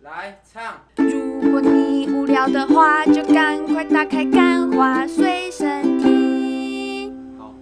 来唱，如果你无聊的话，就赶快打开《干花随身听好，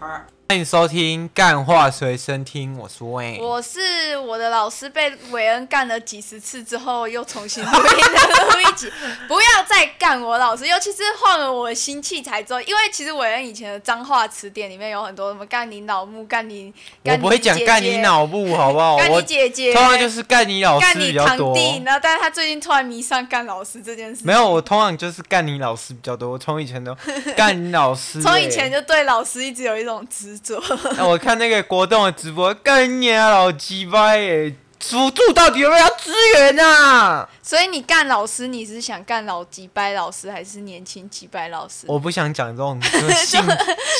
开，欢迎收听《干话随身听》，我是 Wayne。》。我是我的老师被韦恩干了几十次之后，又重新录音的录 一集。不要再干我老师，尤其是换了我新器材之后，因为其实韦恩以前的脏话词典里面有很多什么干你老母、干你，我不会讲干你老，脑部，好不好？干我通你姐姐，常就是干你老干师比你较堂多。弟。然后，但是他最近突然迷上干老师这件事情，没有，我通常就是干你老师比较多。我从以前 都干你老师、从以前就、就对老师一直有一种执着。哎我看那个国栋的直播，干你啊老鸡巴耶！辅助到底有没有要支援啊？所以你干老师，你是想干老几掰老师，还是年轻几掰老师？我不想讲这种就是 性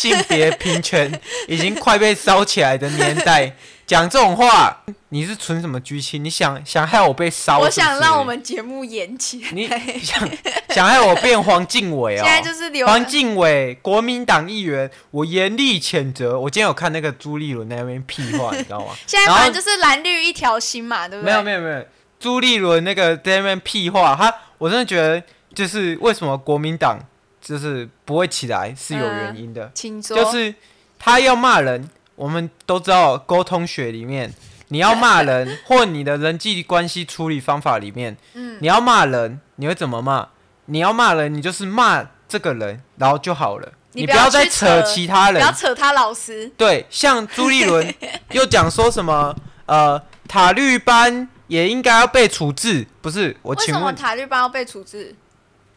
性别平权已经快被烧起来的年代，讲这种话，你是存什么居心？你想想害我被烧我是不想是让我们节目延期。你想想害我变黄静伟哎现哦？在就是留黄静伟，国民党议员，我严厉谴责。我今天有看那个朱立伦在那边屁话，你知道吗？现在然后反正就是蓝绿一条心嘛， 对不没对？有没有没有，朱立伦那个在那边屁话，他我真的觉得就是为什么国民党就是不会起来是有原因的，请说。就是他要骂人，我们都知道沟通学里面。你要骂 人，或你的人际关系处理方法里面，嗯你要骂人，你会怎么骂？你要骂人，你就是骂这个人，然后就好了，你你不不要要再去扯其他不人要，扯他老师。对，像朱立伦 又讲说什么呃塔绿班也应该要被处置，不是？我为请什么问，塔绿班要被处置？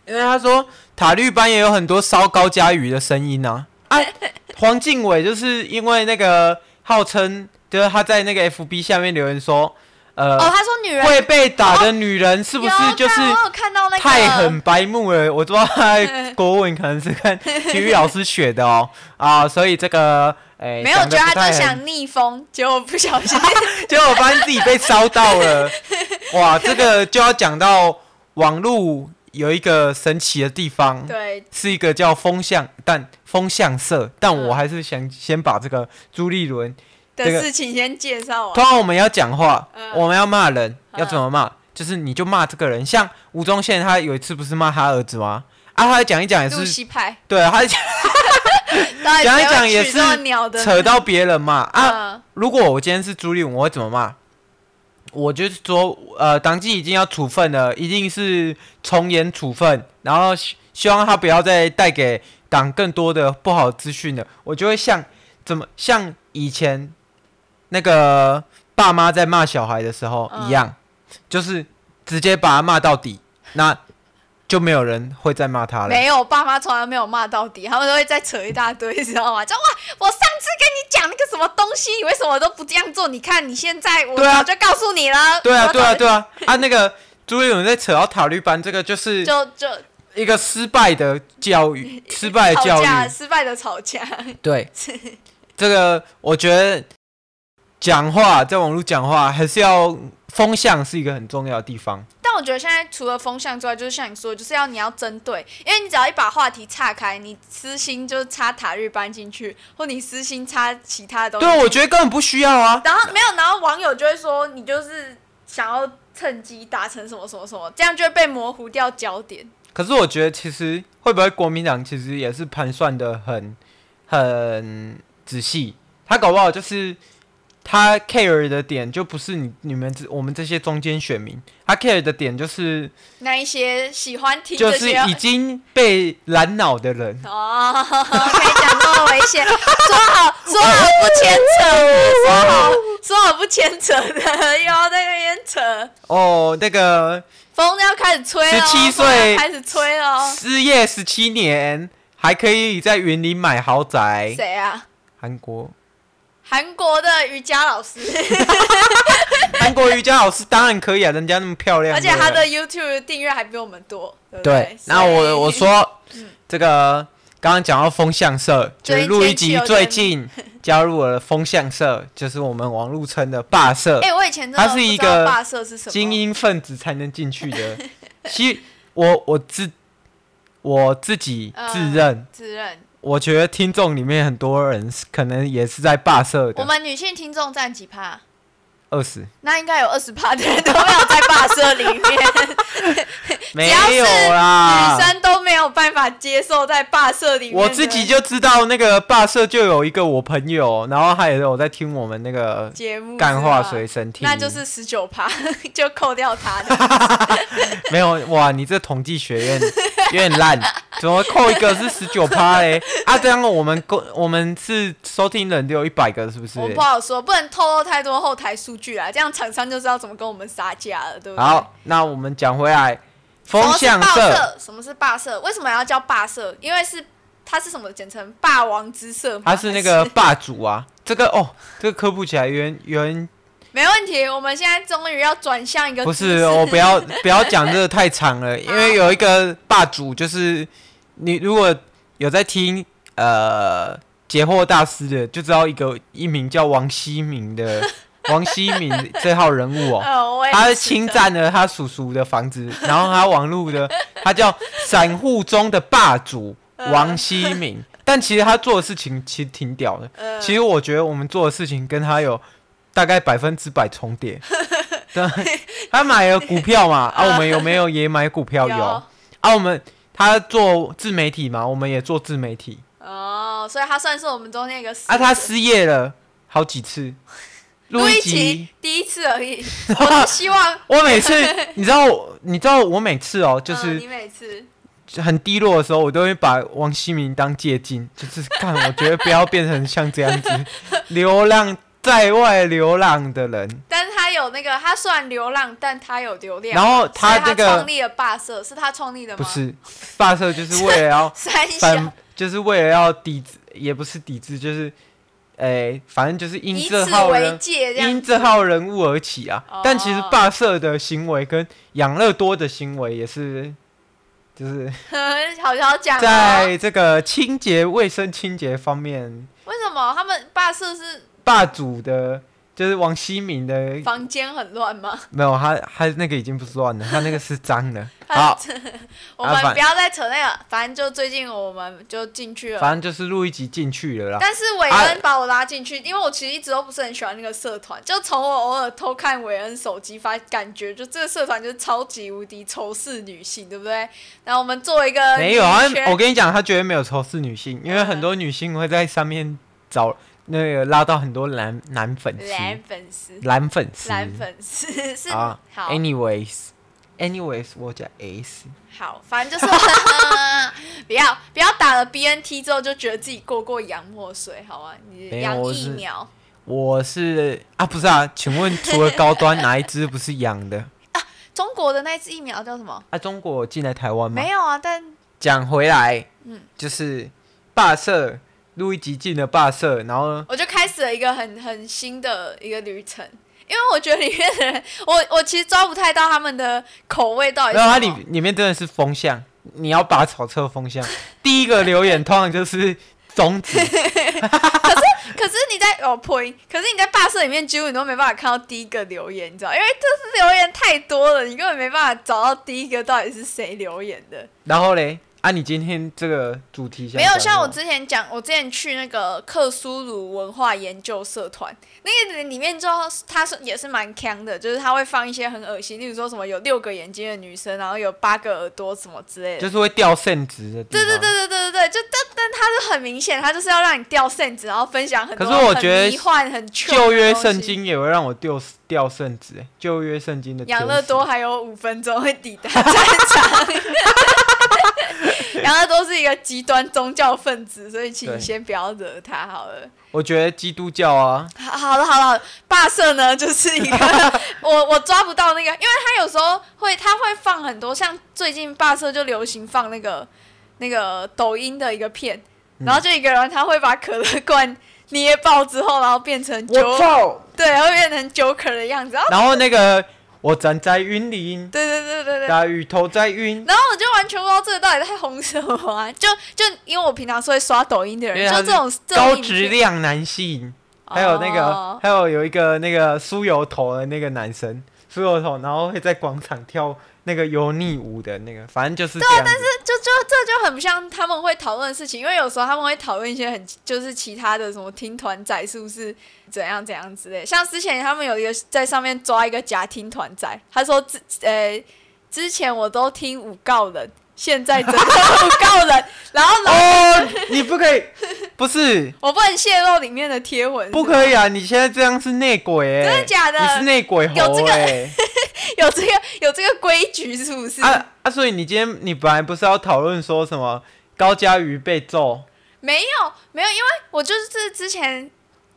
因为他说塔绿班也有很多烧高嘉瑜的声音啊 啊！黄敬伟就是因为那个号称就是他在那个 FB 下面留言说，呃，哦，他说女人会被打的女人是不是有啊就是看我有看到那个太很白目了，我知道他的国文可能是 看体育老师学的哦啊，所以这个哎，没有，讲觉得得不他太就 很，想逆风，结果不小 心。结果发现自己被烧到 了，哇，这个就要讲到网络有一个神奇的地方，对，是一个叫风向，但风向社，但嗯我还是想先把这个朱立伦，的这个事情先介绍完。通常我们要讲话，哦嗯我们要骂人，嗯要怎么骂？就是你就骂这个人，像吴宗宪，他有一次不是骂他儿子吗？啊，他讲一讲也露是，西派，对，啊他讲。讲讲一讲也是鸟的扯到别人嘛啊！啊，如果我今天是朱立文，我会怎么骂？我就是说，呃，党纪已经要处分了，一定是从严处分，然后希希望他不要再带给党更多的不好资讯了。我就会像怎么像以前那个爸妈在骂小孩的时候嗯一样，就是直接把他骂到底，那就没有人会再骂他了。没有，爸妈从来没有骂到底，他们都会再扯一大堆，知道吗？就哇，我上次跟你讲那个什么东西，你为什么都不这样做？你看你现在，我对啊早就告诉你了。对啊，我对早啊，就对啊啊！那个朱立伦在扯到塔利班，这个就是就就一个失败的教 育，失败的吵教架，育，失败的吵架，对，这个我觉得讲话在网络讲话还是要风向是一个很重要的地方。 但我觉得现在除了风向之外，就是像你说的，就是要你要针对，因为你只要一把话题岔开，你私心就插塔日班进去，或你私心插其他的东西。对，我觉得根本不需要啊。然后没有，然后网友就会说你就是想要趁机达成什么什么什么，这样就会被模糊掉焦点。可是我觉得其实会不会国民党其实也是盘算的很很仔细，他搞不好就是。他 care 的点就不是你你们这我们这些中间选民，他 care 的点就是那一些喜欢听就这是些。已经被蓝脑的人 哦，可以讲那么危险，说好说好不牵扯，说好说好不牵扯的，又要在那边扯，哦，那个风要开始吹了，哦17岁风要开始吹了，哦失业十七年，还可以在云林买豪宅。谁啊？韩国韩国的瑜伽老师，韩国瑜伽老师当然可以啊，人家那么漂亮。 而且他对的 YouTube 订阅还比我们多，对不不对对。那所以嗯我我说这个刚刚讲到风向社，就最是近录一天气集有点最 近加入了风向社，就是我们网路称的霸社哎、，我以前真他的是不一知道个霸社是什么，精英分子才能进去 的。其实我我自我自己自嗯认。自认。我觉得听众里面很多人是可能也是在霸社我的，们女性听众占几趴？二十那应该有二十趴的人都没有在霸社里面， 没要是有啦女。生都没有办法接受在霸社里面的。啊我自己就知道那个霸社就有一个我朋友，然后他也有在听我们那个节目干话是吧随身听，啊那就是十九趴，就扣掉他的。 没有哇！你这统计学院 有点烂，怎么扣一个是十九趴嘞？啊，这样我们公我们是收听人都有一百个，是不是我？们不好说，不能透露太多后台数据啊，这样厂商就知道怎么跟我们杀价了，对不对？好，那我们讲回来，什么风是向霸社，社，什么是霸社？为什么要叫霸社？因为是它是什么简称？霸王之社吗？他是那个还 霸主啊。这个哦，这个科普起来有点有点没问题。我们现在终于要转向一个不知是，识我不要不要讲这个太长了，因为有一个霸主，就是你如果有在听呃解惑大师的，就知道一个一名叫王希明的 王希明这号人 物哦。呃，我也他是侵占了他叔叔的房子，然后他网路的，他叫散户中的霸主王希明。但其实他做的事情其实挺屌的，呃，其实我觉得我们做的事情跟他有大概百分之百重 叠。对，他买了股票 嘛，啊，我们有没有也买股票？有啊，我们他做自媒体嘛，我们也做自媒体。哦，所以它算是我们中间一个啊，他失业了好几次， 录录一一集集第一次而 已，我是希望我每次，你知道我，你知道我每次哦， 就嗯是你每次很低落的时候，我都会把王希明当借镜，就是看，我觉得不要变成像这 样子流浪在外流浪的人。但是他有那个，他虽然流浪，但他有流量。然后他所以这创个立了霸社，是他创立的吗？不，是霸社，就是为了 要三反小，就是为了要抵制，也不是抵制，就是，哎、反正就是因以这此号为人戒这因样。这号人物而起啊。哦但其实霸社的行为跟养乐多的行为也是，就是。 好好讲、哦。在这个清洁卫生清洁方面，为什么他们霸社是霸主的，就是王希敏的，房间很乱吗？没有他他那个已经不是乱了，他那个是脏的。 他好，我啊们反不要再扯那个，反正就最近我们就进去了。反正就是录一集进去了啦。但是韦啊恩把我拉进去，因为我其实一直都不是很喜欢那个社团，就从我偶尔偷看韦恩手机发，感觉就这个社团就是超级无敌仇视女性，对不对？然后我们作为一个没有啊呃女，权我跟你讲，他绝对没有仇视女性，因为很多女性会在上面找那个拉到很多男男粉丝，蓝粉丝，男粉丝，蓝粉丝是啊好。 ，anyways，anyways，我讲 S。好，反正就是 不要不要打了 BNT 之后就觉得自己过过洋墨水，好吗？你没有洋我疫是苗我是啊，不是啊，请问除了高端，哪一支不是养的？ 中国的那一支疫苗叫什么？啊，中国进来台湾吗没？有啊，但讲回来，嗯就是霸社录一集进了霸社，然后我就开始了一个很很新的一个旅程，因为我觉得里面的人，我我其实抓不太到他们的口味到底是然后它哎什里么。里面真的是风向，你要拔草测风向。 第一个留言通常就是种 子，可是你在哦呸，可是你在霸社里面几乎你都没办法看到第一个留言，你知道，因为这是留言太多了，你根本没办法找到第一个到底是谁留言的。然后嘞，啊，你今天这个主题想没有讲像我什么之前讲，我之前去那个克苏鲁文化研究社团，那个里面就他是也是蛮强的，就是他会放一些很恶心，例如说什么有六个眼睛的女生，然后有八个耳朵什么之类的。就是会掉圣值的地对对方。对对对对对，就但但他是很明显，他就是要让你掉圣旨，然后分享很多可是我觉得很迷幻、很糗的旧约圣东西。经也会让我掉掉圣旨，欸旧约圣经的养乐天多使还有五分钟会抵达战场。 养乐多是一个极端宗教分子，所以请你对先不要惹他好了。我觉得基督教啊，好好了好了，霸社呢就是一个 我我抓不到那个，因为他有时候会他会放很多，像最近霸社就流行放那个那个抖音的一个片，嗯然后就一个人他会把可乐罐捏爆之后，然后变成我 Joker，操！对，会变成 Joker 的样子，然后然后那个我站在云里，对对对对对。大雨头在晕，然后我就完全不知道这个到底在红什么啊！就就因为我平常是会刷抖音的因为人，它就是这种这种高影质片量男性。还有那个，哦还有有一个那个梳油头的那个男生，出油头，然后会在广场跳那个油腻舞的那个，反正就是啊这样子。就就这就很不像他们会讨论的事情，因为有时候他们会讨论一些很就是其他的什么听团仔是不是怎样怎样之类，像之前他们有一个在上面抓一个假听团仔，他说之呃之前我都听五告人，现在真的五告人，然后呢、哦，你不可以，不是我不能泄露里面的贴文，不以，可以啊！你现在这样是内鬼哎、真的假的你是内鬼有这猴个哎、 有这个有这个规矩是不是？啊啊！所以你今天你本来不是要讨论说什么高嘉瑜被揍？没有，没有，因为我就是之前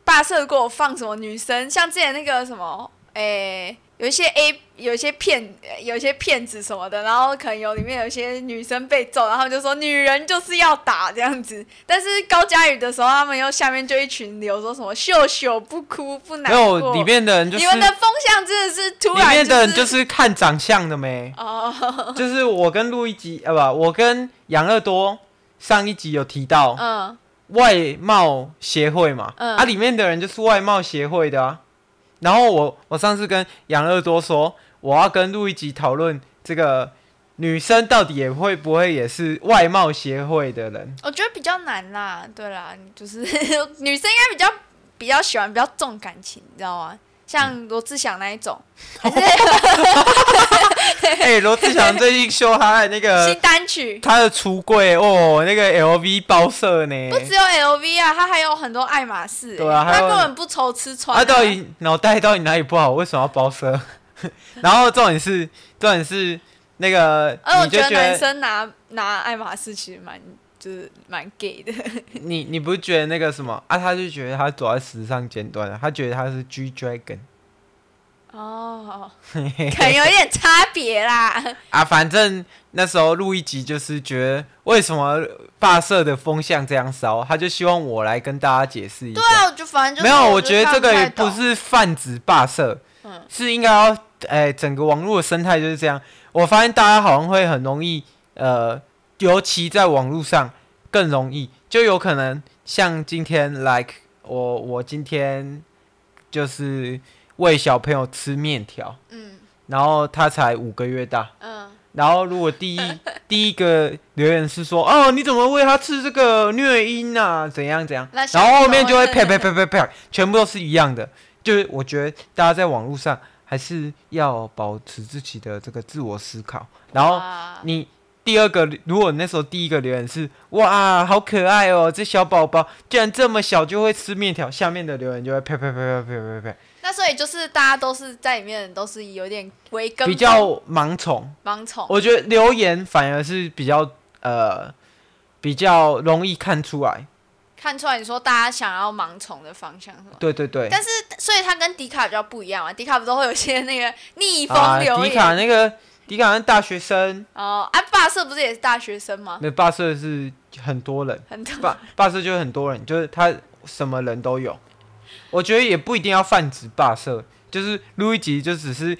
霸社给我放什么女生，像之前那个什么，诶、有一些 A，有一些骗，有一些骗子什么的，然后可能有里面有一些女生被揍，然后就说女人就是要打这样子。但是高佳宇的时候，他们又下面就一群留说什么秀秀不哭不难没有，过，里面的人就是你们的风向真的是突里然、面的人就，就是是看长相的没 哦，就是我跟陆一吉啊不，我跟杨乐多上一集有提到、嗯，外貌协会嘛，嗯啊，里面的人就是外貌协会的啊。然后我我上次跟杨乐多说，我要跟陆一吉讨论这个女生到底也会不会也是外貌协会的 人。我觉得比较难啦，对啦，就是 女生应该比较比较喜欢比较重感情，你知道吗？像罗志祥那一种，哎、罗志祥最近秀他的那个 新单曲他的橱柜哦，那个 LV 包色呢？不只有 LV 啊，他还有很多爱马仕、欸，对啊还他有根本不愁吃穿、啊他啊到底脑袋到底哪里不好？为什么要包色？ 然后重点是重点是那个，而哦我你就觉得觉男得生拿拿爱马仕其实蛮就是蛮 gay 的， 你你不是觉得那个什么啊？他就觉得他走在时尚尖端啊了，他觉得他是 G Dragon 哦，可能有一点差 别啦。啊。反正那时候录一集就是觉得为什么霸社的风向这样烧，他就希望我来跟大家解释一下对。啊，我就反正就是没有，我就觉得看这个太也不懂是泛指霸社，嗯是应该要，哎、整个网络的生态就是这样。我发现大家好像会很容易，呃，尤其在网络上更容易，就有可能像今天，like 我我今天就是喂小朋友吃面条，嗯然后他才五个月大，嗯然后如果第一 第一个留言是说，哦，你怎么喂他吃这个虐婴啊？怎样怎样那？ 小然后后面朋友就会会呸呸呸呸呸，全部都是一样的。就是我觉得大家在网络上还是要保持自己的这个自我思考。然后哇你第二个，如果那时候第一个留言是哇，好可爱哦，这小宝宝竟然这么小就会吃面条，下面的留言就会呸呸呸呸呸呸那所以就是大家都是在里面都是有点微呸，跟比较盲从。盲从。我觉得留言反而是比较呃比较容易看出来，看出来你说大家想要盲从的方向是吗？对对对。但是，所以它跟迪卡比较不一样嘛，啊迪卡不都会有些那个逆啊，风流迪言、卡那个迪卡那大学生，哦，啊，霸社不是也是大学生吗？那霸社是很多人，很多霸霸社就是很多人，就是他什么人都有。我觉得也不一定要泛指霸社，就是路易吉就只是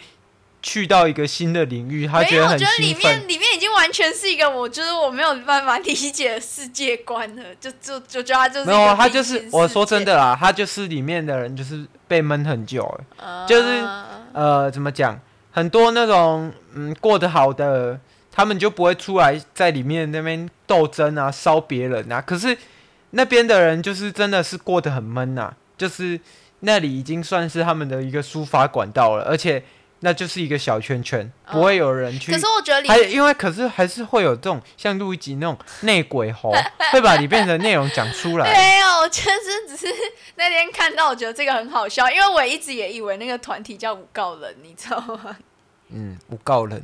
去到一个新的领域，他没觉有，我很觉得里兴奋。面里面已经完全是一个我就是我没有办法理解的世界观了，就就就觉得他就是没一有，啊个他平就行是世我说真界，的啦，他就是里面的人，就是被闷很久了。呃就是呃，怎么讲？很多那种嗯过得好的，他们就不会出来在里面那边斗争啊、烧别人啊。可是那边的人就是真的是过得很闷呐、就是那里已经算是他们的一个抒发管道了，而且那就是一个小圈圈，不会有人去。哦可是我觉得里还因为可是还是会有这种像录一集那种内鬼猴，会把里面的内容讲出来。没有，我就是只是那天看到，我觉得这个很好笑，因为我一直也以为那个团体叫五告人，你知道吗？嗯，诬告人，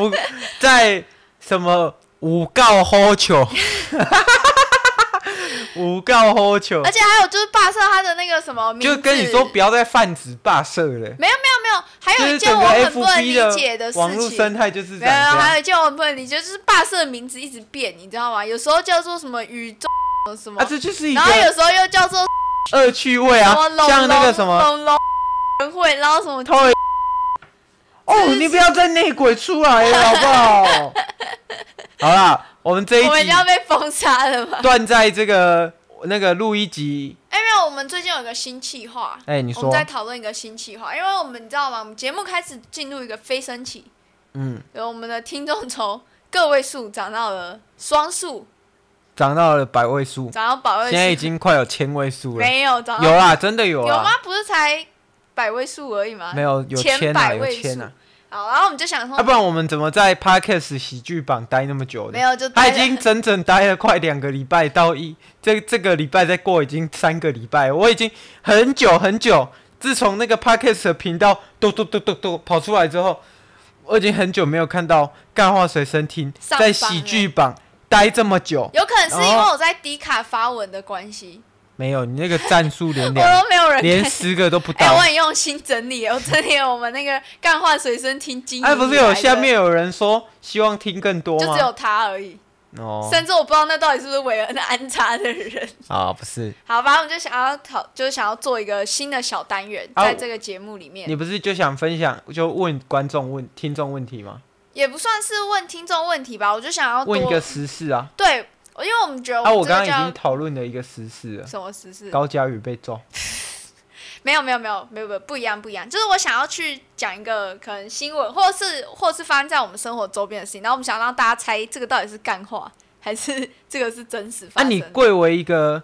我在什么诬告喝酒，诬告喝酒而，且还有就是霸社他的那个什么名字，就跟你说不要再泛指霸社了。没有，还就有一是件整我个很不能 FB 理解的事网络情。生态就是没这有，没有样。还有一件我很不能理解，就是霸社的名字一直变，你知道吗？有时候叫做什么宇宙什么什么，啊，这就是一个然后有时候又叫做恶趣味什啊么，龙像那个什么龙龙龙会，然后什么偷哦，你不要再内鬼出来 了，好不好？好啦，我们这一我们集要被封杀了嘛？断在这个那个录一集哎、没有，我们最近有一个新企划，哎、你我说们，在讨论一个新企划，因为我们你知道吗？我们节目开始进入一个飞升期，嗯，有我们的听众从个位数涨到了双数，涨到了百位数，涨到百位数，现在已经快有千位数了。没有涨到有啦，真的有有啦。吗？不是才百位数而已吗？没有有千千啊，百有位数哦千啊，好，然后我们就想说，要、不然我们怎么在 Podcast 喜剧榜待那么久呢没？有就他待已经了整整待了快两个礼拜到一，这这个礼拜再过已经三个礼拜，我已经很久很久，自从那个 podcast 的频道嘟嘟嘟嘟嘟跑出来之后，我已经很久没有看到干话随身听上在榜喜了剧榜待这么久，有可能是因为然后我在迪卡发文的关系，没有你那个战术连 我两都没有人连看。十个都不哎、到我，很用心整理，我整理了我们那个干话随身听经营以哎、来的。不是有下面有人说希望听更多就只吗？有他而已，哦，甚至我不知道那到底是不是韦恩安插的人。啊不是，好，反正我们就想要讨，就是想要做一个新的小单元，啊在我这个节目里面，你不是就想分享就问观众问听众问题吗？也不算是问听众问题吧，我就想要哦多问一个时事啊。对，因为我们觉得啊，们我这刚刚个已叫经讨论了一个时事了，什么时事？高佳宇被撞。没有没有没有没有没有不一样不一样，就是我想要去讲一个可能新闻，或是或是发生在我们生活周边的事情，然后我们想让大家猜这个到底是干话还是这个是真实发啊，生你的。贵为一个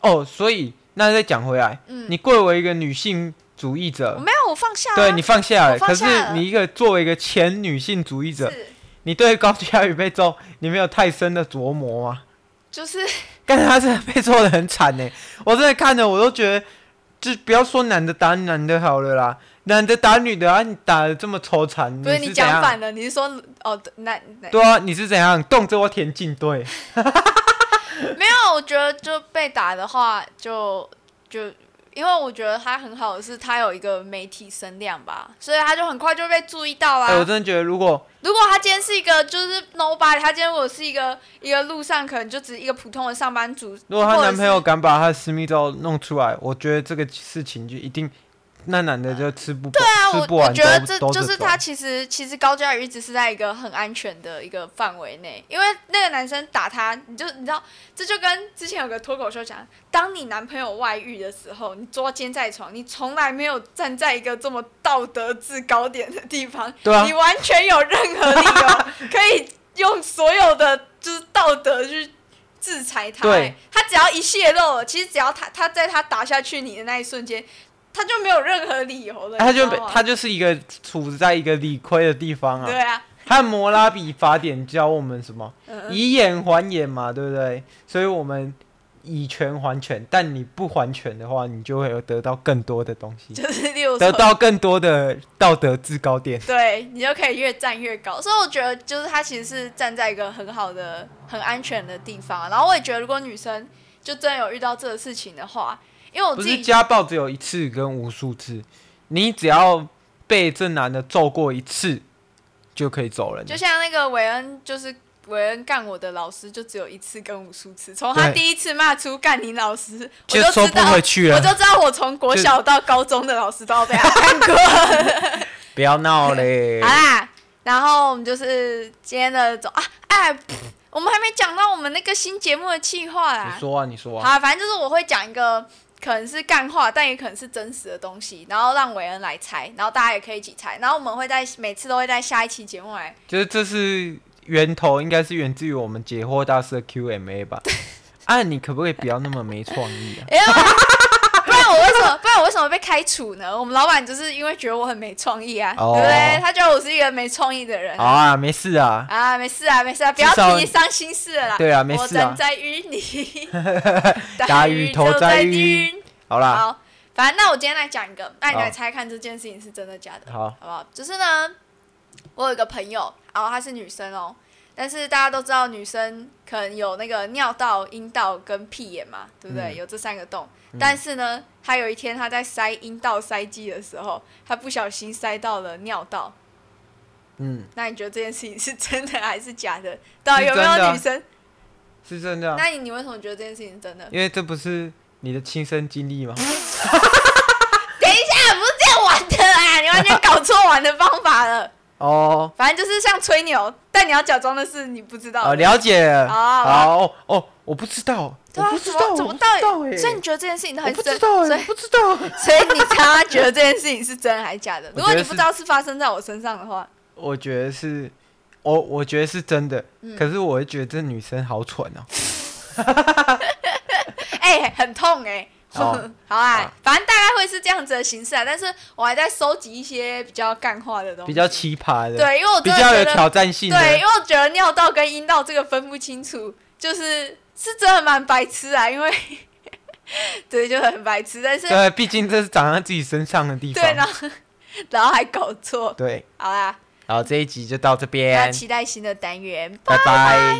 哦，所以那再讲回来，嗯你贵为一个女性主义我者，没有我放下、啊，对你放下我了。放可下是了你一个作为一个前女性主义者，是你对高佳宇被撞，你没有太深的琢磨吗？就是但他真的被揍的很惨呢，我真的看了我都觉得，就不要说男的打男的好了啦，男的打女的啊，你打的这么愁惨，不是你你怎讲样？反了，你是说哦那那对啊，你是怎样动着我田径队？没有？我觉得就被打的话就就。因为我觉得他很好的是，他有一个媒体声量吧，所以他就很快就被注意到啦、啊哎、我真的觉得，如果如果他今天是一个就是 nobody，他今天如果是一个一个路上可能就只是一个普通的上班族，如果她或者男朋友是敢把她的私密照弄出来，我觉得这个事情就一定那男的就吃不饱，啊，吃不我我完觉得兜这兜就着是走他其实其实高佳宇一直是在一个很安全的一个范围内，因为那个男生打他，你就你知道，这就跟之前有个脱口秀讲，当你男朋友外遇的时候，你捉奸在床，你从来没有站在一个这么道德制高点的地方，对啊你完全有任何理 由可以用所有的就是道德去制裁他、对欸他只要一泄露了，其实只要他他在他打下去你的那一瞬间，他就没有任何理由了，哎他就你知被道吗他就是一个处在一个理亏的地方对啊。啊，汉摩拉比法典教我们什么？嗯以眼还眼嘛，对不对？所以我们以权还权，但你不还权的话，你就会有得到更多的东 西，就是例如得说。到更多的道德制高点。对你就可以越站越高，所以我觉得就是他其实是站在一个很好的、很安全的地方啊。然后我也觉得，如果女生就真的有遇到这个事情的话，因为我不自是己家暴只有一次跟无数次，你只要被这男的揍过一次就可以走人了就。像那个韦恩，就是韦恩干我的老师，就只有一次跟无数次。从他对第一次骂出干你老师，我就就收知不道，回去啊我了，就知道我从国小到高中的老师都 要被他干过。不要闹嘞 好！啦，然后我们就是今天的总啊，哎，噗我们还没讲到我们那个新节目的计划啦。你说啊，你说好啊，啊，反正就是我会讲一个可能是干话，但也可能是真实的东西，然后让韦恩来猜，然后大家也可以一起猜，然后我们会在每次都会在下一期节目来就是这是源头，应该是源自于我们解惑大师的 Q&A 吧？啊，你可不可以不要那么没创意啊？哎、呀，不然我为什么不然我为什么被开除呢？我们老板就是因为觉得我很没创意啊，哦对不对？他觉得我是一个没创意的人好。啊，没事啊，啊，没事啊，没事啊，不要至少提伤心事了啦。对啊没事啊我正在 淤泥， 大雨头就在晕。好啦，好，反正那我今天来讲一个，那你好来猜看这件事情是真的假的，好，好不好？就是呢，我有一个朋友，然后她是女生哦，但是大家都知道女生可能有那个尿道、阴道跟屁眼嘛，对不对？嗯有这三个洞。但是呢，她有一天她在塞阴道塞剂的时候，她不小心塞到了尿道。嗯，那你觉得这件事情是真的还是假的？到底是有没真的有啊女生？是真的啊，那你你为什么觉得这件事情是真的？因为这不是你的亲身经历吗？啊等一下，不是这样玩的啊！你完全搞错玩的方法了。 哦，反正就是像吹牛，但你要假装的是你不知道的。呃，了解。好好，哦哦，我不知道，对我啊，不怎知么道，怎么我不到知道底？欸所以你觉得这件事情到我底不是知真？道所欸，以我不知道。 所以你他觉得这件事情是真还假的？我如果觉你得不是知道是发生在我身上的话，我觉得是，我我觉得是真的，嗯可是我会觉得这女生好蠢哦。哎、很痛哎、哦 好啊啊，反正大概会是这样子的形式啊，但是我还在收集一些比较干化的东西，比较奇葩的，，对，因为我比真的较有觉得，挑战性的，对，因为我觉得尿道跟阴道这个分不清楚，就是是真的蛮白痴啊，因为 对，就很白痴，但是对，毕竟这是长在自己身上的地对，然方，后 然后还搞错，对，好啦，好，这一集就到这那边，期待新的单元，拜拜。